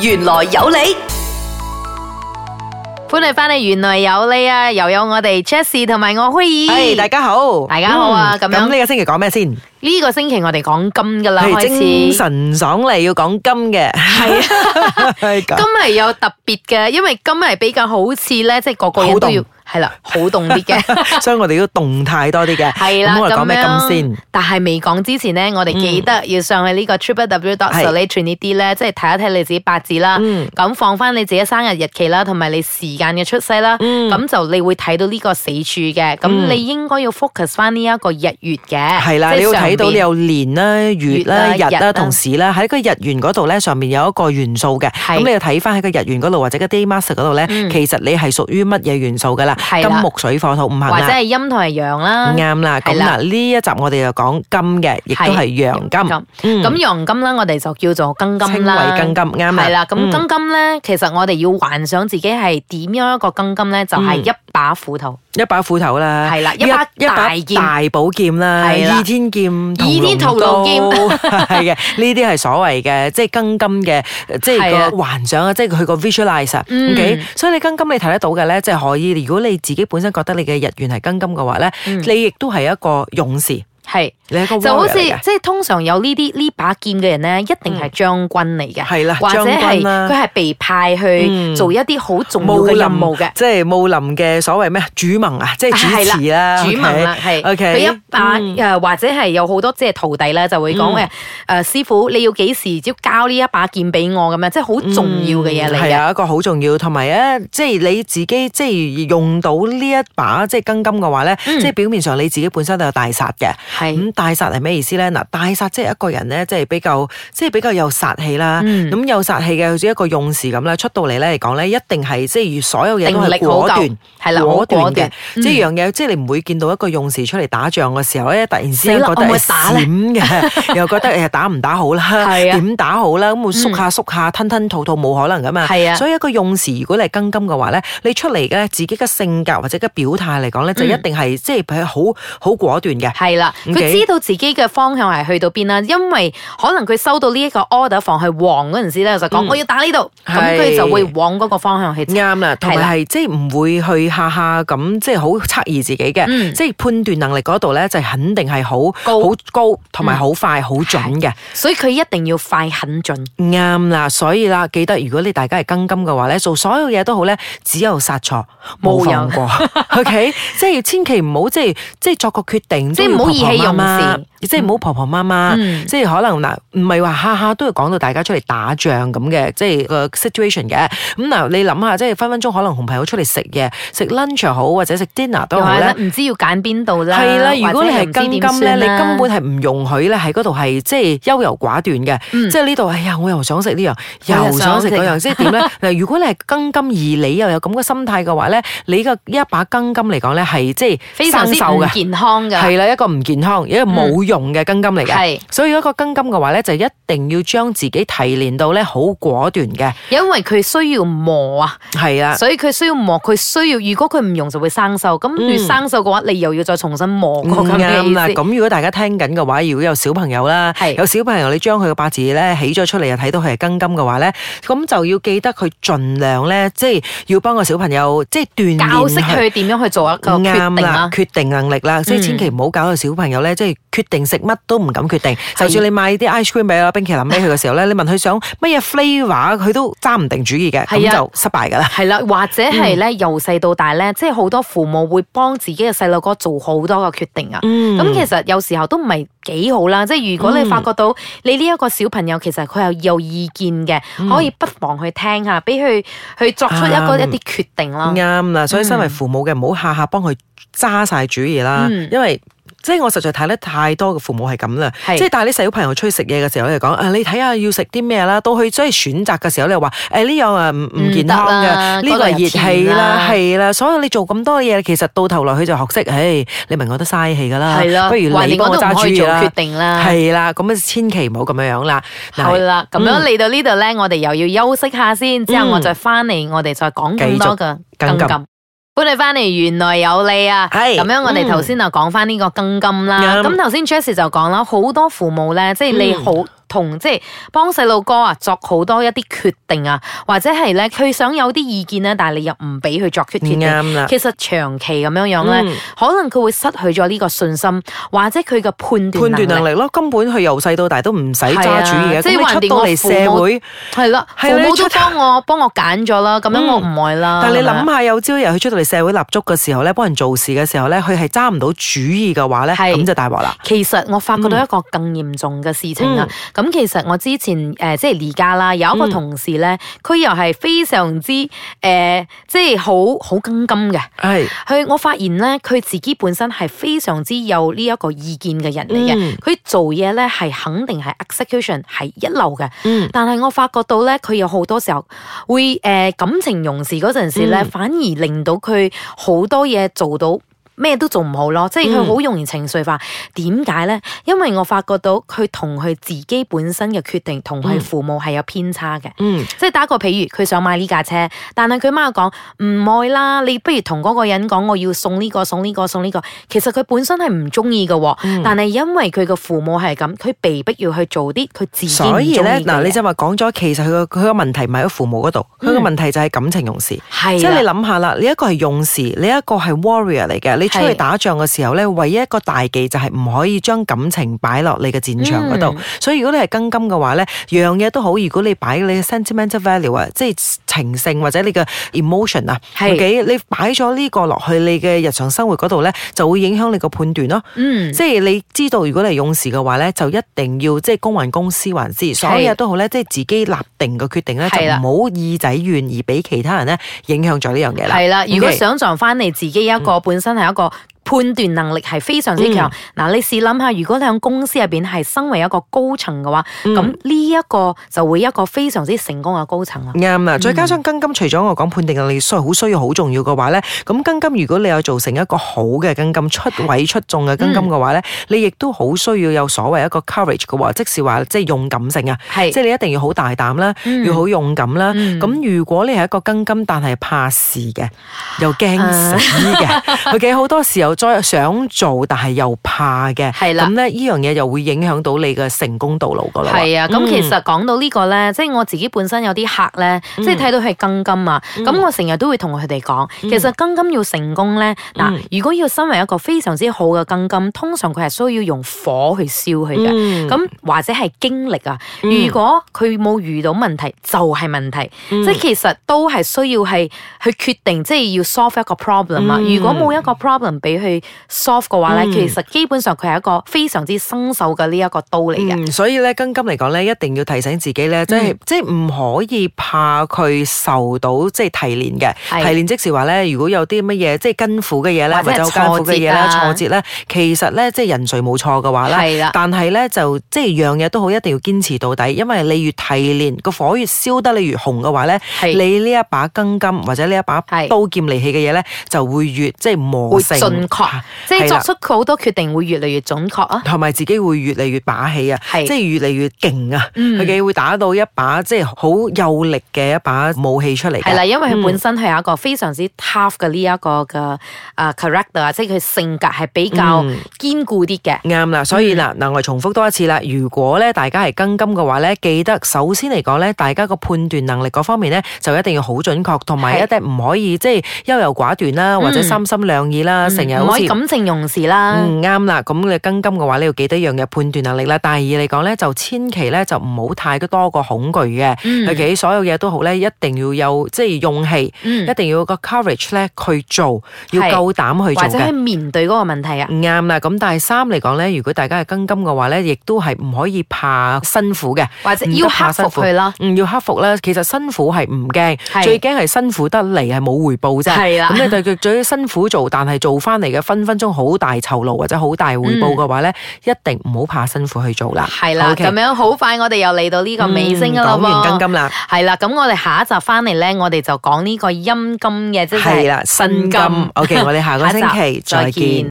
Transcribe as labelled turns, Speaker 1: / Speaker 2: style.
Speaker 1: 原來有你。
Speaker 2: 歡迎翻嚟，原來有你啊！又有我哋 Jessie 同埋我灰兒。
Speaker 3: 係哎大家好，
Speaker 2: 大家好啊
Speaker 3: 嗯
Speaker 2: 咁樣
Speaker 3: 咁呢個星期講咩先？
Speaker 2: 呢個星期我哋講金噶啦，
Speaker 3: 係
Speaker 2: 開始
Speaker 3: 精神爽利，要講金
Speaker 2: 係
Speaker 3: 嘅，
Speaker 2: 啊，
Speaker 3: 係 咁
Speaker 2: 金係有特別嘅，因為金係比較好似咧，即係個個人都要
Speaker 3: 好
Speaker 2: 係啦，好動啲 嘅。
Speaker 3: 所以我哋要動態多啲嘅。
Speaker 2: 係啦，
Speaker 3: 咁我哋講咩
Speaker 2: 咁樣
Speaker 3: 金先？
Speaker 2: 但係未講之前咧，我哋記得要上去呢個 triple w dot
Speaker 3: 係
Speaker 2: s o l a t r i n i t y 咧，即係睇一睇你自己八字啦，
Speaker 3: 嗯
Speaker 2: 咁放翻你自己生日日期啦，同埋你時間嘅出世啦，
Speaker 3: 嗯
Speaker 2: 咁就你會睇到呢個死處嘅，咁你應該要 focus 翻呢一個日月嘅，
Speaker 3: 係啦，
Speaker 2: 即係
Speaker 3: 你要睇到
Speaker 2: 上
Speaker 3: 你
Speaker 2: 邊
Speaker 3: 有年啦、
Speaker 2: 月
Speaker 3: 月啦、
Speaker 2: 啦
Speaker 3: 日
Speaker 2: 日啦
Speaker 3: 啦，同時咧喺個日元嗰度咧，上面有一個元素嘅。
Speaker 2: 係
Speaker 3: 咁你要睇翻喺個日元嗰度或者個 day master 嗰度咧，
Speaker 2: 嗯
Speaker 3: 其實你係屬於乜嘢元素噶啦？
Speaker 2: 係啦
Speaker 3: 金木啊嗯水火土五行
Speaker 2: 或者
Speaker 3: 啦，
Speaker 2: 係陰同係陽啦。
Speaker 3: 啱啦。咁
Speaker 2: 係啦
Speaker 3: 嗱，呢一集我哋就講金嘅，亦都係陽金。嗯
Speaker 2: 咁陽金咧，我哋就叫做庚金啦。
Speaker 3: 稱為庚金啱啦
Speaker 2: 係啦，咁
Speaker 3: 嗯
Speaker 2: 庚金咧，其實我哋要幻想自己係點樣一個庚金咧，就係一把斧頭。
Speaker 3: 一把斧頭啦，
Speaker 2: 係啦一把
Speaker 3: 嗯啊一把
Speaker 2: 大劍
Speaker 3: 大寶劍啦，
Speaker 2: 係啦
Speaker 3: 倚天劍、
Speaker 2: 倚天屠龍
Speaker 3: 龍
Speaker 2: 劍
Speaker 3: 係嘅，呢啲係所謂嘅，即係庚金嘅，即
Speaker 2: 係啊
Speaker 3: 係個幻想啊，即係佢個 visualize 啊
Speaker 2: 嗯
Speaker 3: OK，所以你庚金你睇得到嘅咧，即係可以。如果你自己本身覺得你嘅日元係庚金嘅話咧，
Speaker 2: 嗯
Speaker 3: 你亦都係一個勇士，
Speaker 2: 係。
Speaker 3: 你係一個
Speaker 2: 就好
Speaker 3: warrior
Speaker 2: 似
Speaker 3: 嚟嘅嗯
Speaker 2: 即係通常有呢啲呢把劍嘅人咧，一定係將軍嚟嘅，
Speaker 3: 係啦，
Speaker 2: 或者
Speaker 3: 將
Speaker 2: 係
Speaker 3: 軍
Speaker 2: 佢
Speaker 3: 啦。
Speaker 2: 係被派去
Speaker 3: 嗯
Speaker 2: 做一啲好重要
Speaker 3: 武
Speaker 2: 嘅
Speaker 3: 林
Speaker 2: 任務嘅。
Speaker 3: 即係武林嘅所謂咩主盟啊，
Speaker 2: À,
Speaker 3: 即係主持啦
Speaker 2: 主盟啦，係
Speaker 3: OK，
Speaker 2: 佢
Speaker 3: OK，
Speaker 2: 一把
Speaker 3: 嗯
Speaker 2: 誒，或者係有好多即係徒弟咧，就會講誒
Speaker 3: 嗯
Speaker 2: 誒師傅，你要幾時要交呢一把劍俾我咁樣，即係好重要嘅嘢嚟
Speaker 3: 嗯係
Speaker 2: 嘅。
Speaker 3: 啊，一個好重要，同埋咧，即係你自己即係用到呢一把即係庚金嘅話咧，
Speaker 2: 嗯
Speaker 3: 即係表面上你自己本身都有大殺嘅。
Speaker 2: 係
Speaker 3: 咁大殺係咩意思咧？嗱，大殺即係一個人咧，即係比較即係比較有殺氣啦。
Speaker 2: 嗯
Speaker 3: 咁有殺氣嘅，好似一個勇士咁啦，出到嚟咧嚟講咧，一定係即係所有嘢
Speaker 2: 定
Speaker 3: 都係
Speaker 2: 力好
Speaker 3: 果斷
Speaker 2: 夠，，係啦，好
Speaker 3: 果斷
Speaker 2: 果
Speaker 3: 嘅
Speaker 2: 斷。。嗯
Speaker 3: 即係樣嘢，即係你唔會見到一個勇士出嚟打仗嘅時候咧，突然之間
Speaker 2: 死啦
Speaker 3: 覺得
Speaker 2: 我會
Speaker 3: 係
Speaker 2: 打呢
Speaker 3: 閃 嘅，又覺得誒打唔打好啦，
Speaker 2: 係啊嗯
Speaker 3: 點打好啦，咁會縮下縮下，吞吞吐吐，冇可能噶嘛。
Speaker 2: 係啊
Speaker 3: 所以一個勇士，如果你係庚金嘅話咧，你出嚟嘅咧自己嘅性格或者嘅表態嚟
Speaker 2: 嗯
Speaker 3: 講咧，就一定係即係佢好好果 斷嘅。
Speaker 2: 係啦，
Speaker 3: 嗯
Speaker 2: 佢
Speaker 3: 幾
Speaker 2: 知道自己嘅方向係去到邊啦，因為可能佢收到呢一個 order 房係黃嗰陣時咧，就講
Speaker 3: 嗯
Speaker 2: 我要打呢度，咁
Speaker 3: 係嗯
Speaker 2: 佢就會往嗰個方向去。
Speaker 3: 啱啦，同埋係即係唔會去下下咁即係好測疑自己嘅，
Speaker 2: 嗯
Speaker 3: 即係判斷能力嗰度咧就肯定係好
Speaker 2: 高嗯
Speaker 3: 好高，同埋好快好準嘅。
Speaker 2: 所以佢一定要快狠準。
Speaker 3: 啱啦，所以啦，記得如果你大家係庚金嘅話咧，做所有嘢都好咧，只有殺錯，冇
Speaker 2: 冇有
Speaker 3: 放過。OK，即 係千祈唔好即係即係作個決定，
Speaker 2: 即係唔好意氣用事，
Speaker 3: 即係唔好婆婆媽媽，
Speaker 2: 嗯
Speaker 3: 即係可能嗱，唔係話下下都要講到大家出嚟打仗咁嘅，即係個 situation 嘅。咁嗱，你諗下，即係分分鐘可能同朋友出嚟食嘢，食 lunch 又好，或者食 dinner 都
Speaker 2: 又
Speaker 3: 好
Speaker 2: 係
Speaker 3: 咧
Speaker 2: 啦，。唔知要揀邊度啦。
Speaker 3: 係啦，
Speaker 2: 或者
Speaker 3: 如果你
Speaker 2: 係
Speaker 3: 係
Speaker 2: 唔知
Speaker 3: 庚
Speaker 2: 點
Speaker 3: 金咧，
Speaker 2: 算
Speaker 3: 你
Speaker 2: 啦
Speaker 3: 根本係唔容許咧喺嗰度係即係優柔寡斷嘅，
Speaker 2: 嗯
Speaker 3: 即係呢度哎呀，我又想食呢樣，
Speaker 2: 我又
Speaker 3: 又想食嗰
Speaker 2: 想
Speaker 3: 樣，即係 點咧？嗱，如果你係庚金而你又有咁嘅心態嘅話咧，你個一把庚金嚟講咧係即
Speaker 2: 非
Speaker 3: 係
Speaker 2: 常
Speaker 3: 生
Speaker 2: 之
Speaker 3: 鏽
Speaker 2: 唔
Speaker 3: 嘅，
Speaker 2: 健康㗎。
Speaker 3: 係啦，一個唔健康，一個冇用嘅庚金嚟嘅。
Speaker 2: 係，
Speaker 3: 所以一個庚金嘅話咧，就一定要將自己提煉到咧好果斷嘅，
Speaker 2: 因為佢需要磨啊，
Speaker 3: 係啦。
Speaker 2: 所以佢需要磨，佢需要。如果佢唔用就會生鏽，咁
Speaker 3: 嗯
Speaker 2: 越生鏽嘅話，你又要再重新磨過咁嘅
Speaker 3: 啱啦，
Speaker 2: 意思。
Speaker 3: 咁如果大家聽緊嘅話，如果有小朋友啦
Speaker 2: 係，
Speaker 3: 有小朋友你將佢嘅八字咧起咗出嚟，又睇到佢係庚金嘅話咧，咁就要記得佢盡量咧，即係要幫個小朋友即係鍛
Speaker 2: 教
Speaker 3: 鍊
Speaker 2: 識佢點樣去做一個決
Speaker 3: 嗯啱
Speaker 2: 定啊
Speaker 3: 啦
Speaker 2: 啦，。
Speaker 3: 決定能力啦，即
Speaker 2: 嗯
Speaker 3: 係千祈唔好搞到小朋友咧，即係決定食乜都唔敢決定。就算你買啲 ice cream 俾佢冰淇淋俾佢嘅時候咧，你問佢想乜嘢 flavour，佢都揸唔定主意嘅，咁
Speaker 2: 係啊
Speaker 3: 就失敗㗎啦。
Speaker 2: 係啦，或
Speaker 3: 嗯
Speaker 2: 者係咧，由細到大咧，即係好多父母會幫自己嘅細路哥做好多個決定啊。
Speaker 3: 嗯
Speaker 2: 咁、其實有時候都唔係幾好啦，即係如果你
Speaker 3: 嗯
Speaker 2: 發覺到你呢一個小朋友其實佢係有意見嘅，可以不妨去聽下，俾佢去作出一個一
Speaker 3: 嗯啱
Speaker 2: 啲決定啦。
Speaker 3: 啱啦，所以身為
Speaker 2: 嗯
Speaker 3: 父母嘅唔好下下幫佢揸晒主意啦，
Speaker 2: 嗯
Speaker 3: 因為。即係我實在睇得太多嘅父母係咁啦，
Speaker 2: 係
Speaker 3: 即係帶啲細佬朋友出去食嘢嘅時候咧，就講啊你睇下要食啲咩啦，到佢即係選擇嘅時候咧話誒呢樣啊唔唔健康
Speaker 2: 唔得啦
Speaker 3: 嘅，呢個
Speaker 2: 嗰度
Speaker 3: 係
Speaker 2: 又甜
Speaker 3: 熱氣
Speaker 2: 啦
Speaker 3: 啦，係啦，所以你做咁多嘢，其實到頭來佢就學識，唉，你明我都嘥氣㗎啦，
Speaker 2: 係啦，
Speaker 3: 啊不如
Speaker 2: 橫
Speaker 3: 你
Speaker 2: 掂
Speaker 3: 幫
Speaker 2: 我
Speaker 3: 我
Speaker 2: 都唔
Speaker 3: 揸啊主
Speaker 2: 可以
Speaker 3: 意
Speaker 2: 做決
Speaker 3: 啦，
Speaker 2: 定啊啦。
Speaker 3: 係啦，咁啊千祈唔好咁樣樣啦，嗱
Speaker 2: 好啦，咁樣
Speaker 3: 嗯
Speaker 2: 嚟到呢度咧，我哋又要休息下先，之後
Speaker 3: 嗯
Speaker 2: 我再翻嚟，我哋再講更多嘅
Speaker 3: 繼續更金。
Speaker 2: 歡迎翻嚟，原來有你啊！
Speaker 3: 係
Speaker 2: 咁樣，我哋
Speaker 3: 嗯
Speaker 2: 頭先就講翻呢個庚金啦。
Speaker 3: 啱
Speaker 2: 咁頭先 Jess 就講啦，好多父母咧，即係你
Speaker 3: 嗯
Speaker 2: 好同即係幫細路哥啊作好多一啲決定啊，或者係咧佢想有啲意見咧，但係你又唔俾佢作決定。
Speaker 3: 嗯啱啦。
Speaker 2: 其實長期咁樣樣咧，
Speaker 3: 嗯
Speaker 2: 可能佢會失去咗呢個信心，或者佢嘅判斷
Speaker 3: 判
Speaker 2: 能
Speaker 3: 斷能
Speaker 2: 力
Speaker 3: 力咯，根本佢由細到大都唔使揸
Speaker 2: 係啊
Speaker 3: 主意嘅，
Speaker 2: 即係
Speaker 3: 咁你
Speaker 2: 橫
Speaker 3: 出
Speaker 2: 掂
Speaker 3: 到
Speaker 2: 我
Speaker 3: 嚟
Speaker 2: 父母啊
Speaker 3: 社會。
Speaker 2: 係啦，父
Speaker 3: 係啦
Speaker 2: 母
Speaker 3: 你出嗯
Speaker 2: 都幫我幫我揀咗啦，咁樣我唔愛啦。
Speaker 3: 但係你
Speaker 2: 咁樣
Speaker 3: 諗下，有朝一日佢出到嚟社會立足嘅時候咧，幫人做事嘅時候咧，佢係揸唔到主意嘅話咧，
Speaker 2: 係
Speaker 3: 咁就大鑊啦。
Speaker 2: 其實我
Speaker 3: 嗯
Speaker 2: 發覺到一個更嚴重嘅事情啊！咁、其實我之前誒、呃即係而家啦，有一
Speaker 3: 嗯
Speaker 2: 個同事咧，佢、又係非常之誒、呃即係好好庚金嘅。
Speaker 3: 係
Speaker 2: 佢我發現咧，佢自己本身係非常之有呢一個意見嘅人嚟嘅。
Speaker 3: 嗯
Speaker 2: 佢做嘢咧係肯定係 execution 係一流嘅。
Speaker 3: 嗯
Speaker 2: 但係我發覺到咧，佢有好多時候會誒、呃感情用事嗰陣時咧，
Speaker 3: 嗯
Speaker 2: 反而令到佢好多嘢做到。咩都做唔好咯，即係
Speaker 3: 嗯
Speaker 2: 佢好容易情緒化。點解咧？因為我發覺到佢同佢自己本身嘅決定同佢父母係有偏差嘅。
Speaker 3: 嗯
Speaker 2: 即係打個譬如，佢想買呢架車，但係佢媽講唔愛啦，你不如同嗰個人講，我要送呢、個送呢、個送呢、個。其實佢本身係唔中意嘅喎，
Speaker 3: 嗯
Speaker 2: 但係因為佢嘅父母係咁，佢被逼要去做啲佢自己唔
Speaker 3: 所
Speaker 2: 中意
Speaker 3: 以咧，
Speaker 2: 嘅
Speaker 3: 嗱，你
Speaker 2: 嘢。
Speaker 3: 就話講咗，其實佢個佢個問題唔喺父母嗰度，佢
Speaker 2: 嗯
Speaker 3: 個問題就係感情用事。
Speaker 2: 係啊
Speaker 3: 即係你
Speaker 2: 啦
Speaker 3: 諗下啦，你一個係勇士，你一個係 warrior 嚟嘅。你出去
Speaker 2: 係
Speaker 3: 打仗嘅時候咧，唯一一個大忌就係唔可以將感情擺落你嘅戰場
Speaker 2: 嗯
Speaker 3: 嗰度。所以如果你係庚金嘅話咧，樣嘢都好。如果你擺你嘅 sentimental value 啊，即係情性或者你嘅 emotion 啊
Speaker 2: 係
Speaker 3: ，OK，你擺咗呢個落去你嘅日常生活嗰度咧，就會影響你個判斷咯。
Speaker 2: 嗯，
Speaker 3: 即係你知道，如果你係勇士嘅話咧，就一定要即係公還公，私還私，所有嘢都好咧，即係自己立定嘅決定咧，就
Speaker 2: 係啦
Speaker 3: 唔好耳仔軟而俾其他人咧影響咗呢樣嘢啦。
Speaker 2: 係啦。如果
Speaker 3: OK 嗯
Speaker 2: 想像翻你自己一個本身係一個。判斷能力係非常之強。
Speaker 3: 嗯
Speaker 2: 嗱、你試諗下，如果你喺公司入邊係身為一個高層嘅話，
Speaker 3: 嗯
Speaker 2: 咁呢一個就會一個非常之成功嘅高層啦。
Speaker 3: 啱啦，再加上庚金，除咗我講判定能力需好需要好重要嘅話咧，咁庚金如果你有做成一個好嘅庚金出位出眾嘅
Speaker 2: 嗯
Speaker 3: 庚金嘅話咧，你亦都好需要有所謂一個 courage 嘅喎，即是話即係勇敢性啊，
Speaker 2: 係
Speaker 3: 即係你一定要好大膽啦，
Speaker 2: 嗯
Speaker 3: 要好勇敢啦。
Speaker 2: 嗯
Speaker 3: 咁如果你係一個庚金，但係怕事嘅，又驚死
Speaker 2: 啊
Speaker 3: 嘅， 佢嘅好多時候再想做但係又怕嘅，
Speaker 2: 係啦
Speaker 3: 咁咧呢樣嘢又會影響到你嘅成功道路噶啦喎。
Speaker 2: 係啊，咁
Speaker 3: 嗯嗯
Speaker 2: 其實講到呢個咧，即係我自己本身有啲客咧，即係睇到佢庚金啊，咁我成日都會同佢哋講，
Speaker 3: 嗯
Speaker 2: 其實庚金要成功咧，嗱，如果要身為一個非常之好嘅庚金，通常佢係需要用火去燒佢嘅。
Speaker 3: 嗯
Speaker 2: 咁或者係經歷啊，如果佢冇遇到問題就係問題，
Speaker 3: 嗯
Speaker 2: 即係其實都係需要係去決定，即係要 solve 一個 problem 啊。
Speaker 3: 嗯
Speaker 2: 如果冇一個 problem 俾佢 solve 嘅話咧，
Speaker 3: 嗯
Speaker 2: 其實基本上佢係一個非常之生鏽嘅呢一個刀嚟嘅。
Speaker 3: 嗯，所以咧，庚金嚟講咧，一定要提醒自己咧，即
Speaker 2: 嗯
Speaker 3: 係即係唔可以怕佢受到即係提煉嘅。
Speaker 2: 係
Speaker 3: 提煉即是話咧，如果有啲乜嘢即係根苦嘅嘢咧，
Speaker 2: 或者
Speaker 3: 或
Speaker 2: 係
Speaker 3: 者好艱苦嘅嘢啦、
Speaker 2: 挫折啊
Speaker 3: 挫折咧，其實咧即係人誰冇錯嘅話
Speaker 2: 係
Speaker 3: 啦
Speaker 2: 啦，
Speaker 3: 但係咧就即係樣嘢都好，一定要堅持到底，因為你越提煉個火越燒得你越紅嘅話咧，
Speaker 2: 係
Speaker 3: 你呢一把庚金或者呢一把
Speaker 2: 係
Speaker 3: 刀劍利器嘅嘢咧，就會越即係磨
Speaker 2: 會
Speaker 3: 成
Speaker 2: 準確
Speaker 3: 啊
Speaker 2: 即係
Speaker 3: 係啦
Speaker 2: 作出好多決定會越嚟越準確啊！
Speaker 3: 同埋自己會越嚟越霸氣啊，
Speaker 2: 係
Speaker 3: 即係越嚟越勁啊！
Speaker 2: 嗯
Speaker 3: 佢嘅、會打到一把即係好有力嘅一把武器出嚟
Speaker 2: 係
Speaker 3: 嘅。
Speaker 2: 啦，因為佢本身係有一個非常之 tough 嘅呢一個嘅啊 character 啊，即係佢性格係比較
Speaker 3: 嗯
Speaker 2: 堅固啲嘅。
Speaker 3: 啱啦，所以嗱，嗱、我重複多一次啦。如果咧大家係庚金嘅話咧，記得首先嚟講咧，大家個判斷能力嗰方面咧，就一定要好準確，同埋一
Speaker 2: 係嗯
Speaker 3: 定唔可以即係優柔寡斷啦，或者三心兩意啦，成日
Speaker 2: 唔
Speaker 3: 好
Speaker 2: 可
Speaker 3: 似
Speaker 2: 以感情用事啦。
Speaker 3: 嗯，啱啦，咁你庚金嘅話，你要幾多樣嘅判斷能力啦。第二嚟講咧，就千祈咧就唔好太多個恐懼嘅。
Speaker 2: 嗯
Speaker 3: 尤其所有嘢都好咧，一定要有即係勇氣，
Speaker 2: 嗯
Speaker 3: 一定要有個 courage 咧去做，要
Speaker 2: 係
Speaker 3: 夠膽去
Speaker 2: 或者
Speaker 3: 做嘅嗯
Speaker 2: 去。面對嗰個問題啊。
Speaker 3: 啱啦，咁但係三嚟講咧，如果大家係庚金嘅話咧，亦都係唔可以怕辛苦嘅，
Speaker 2: 或者
Speaker 3: 唔得
Speaker 2: 要
Speaker 3: 怕
Speaker 2: 克
Speaker 3: 辛
Speaker 2: 服
Speaker 3: 苦
Speaker 2: 佢啦。
Speaker 3: 嗯，要克服啦。其實辛苦係唔驚，
Speaker 2: 係
Speaker 3: 最驚係辛苦得嚟係冇回報啫。
Speaker 2: 係啦
Speaker 3: 咁你對佢最辛苦做，但係做翻嚟嘅分分鐘好大酬勞或者好大回
Speaker 2: 嗯
Speaker 3: 報嘅話咧，一定唔好怕辛苦去做啦。
Speaker 2: 係啦，
Speaker 3: OK
Speaker 2: 咁樣好快我哋又嚟到呢個尾聲噶啦
Speaker 3: 嗯講完庚
Speaker 2: 喎。
Speaker 3: 金啦，
Speaker 2: 係啦，咁我哋下一集翻嚟咧，我哋就講呢個陰金嘅，即係
Speaker 3: 係啦，新
Speaker 2: 腎
Speaker 3: 啊金
Speaker 2: 金。
Speaker 3: OK，我哋下個星
Speaker 2: 下一
Speaker 3: 期
Speaker 2: 集再
Speaker 3: 再見
Speaker 2: 見。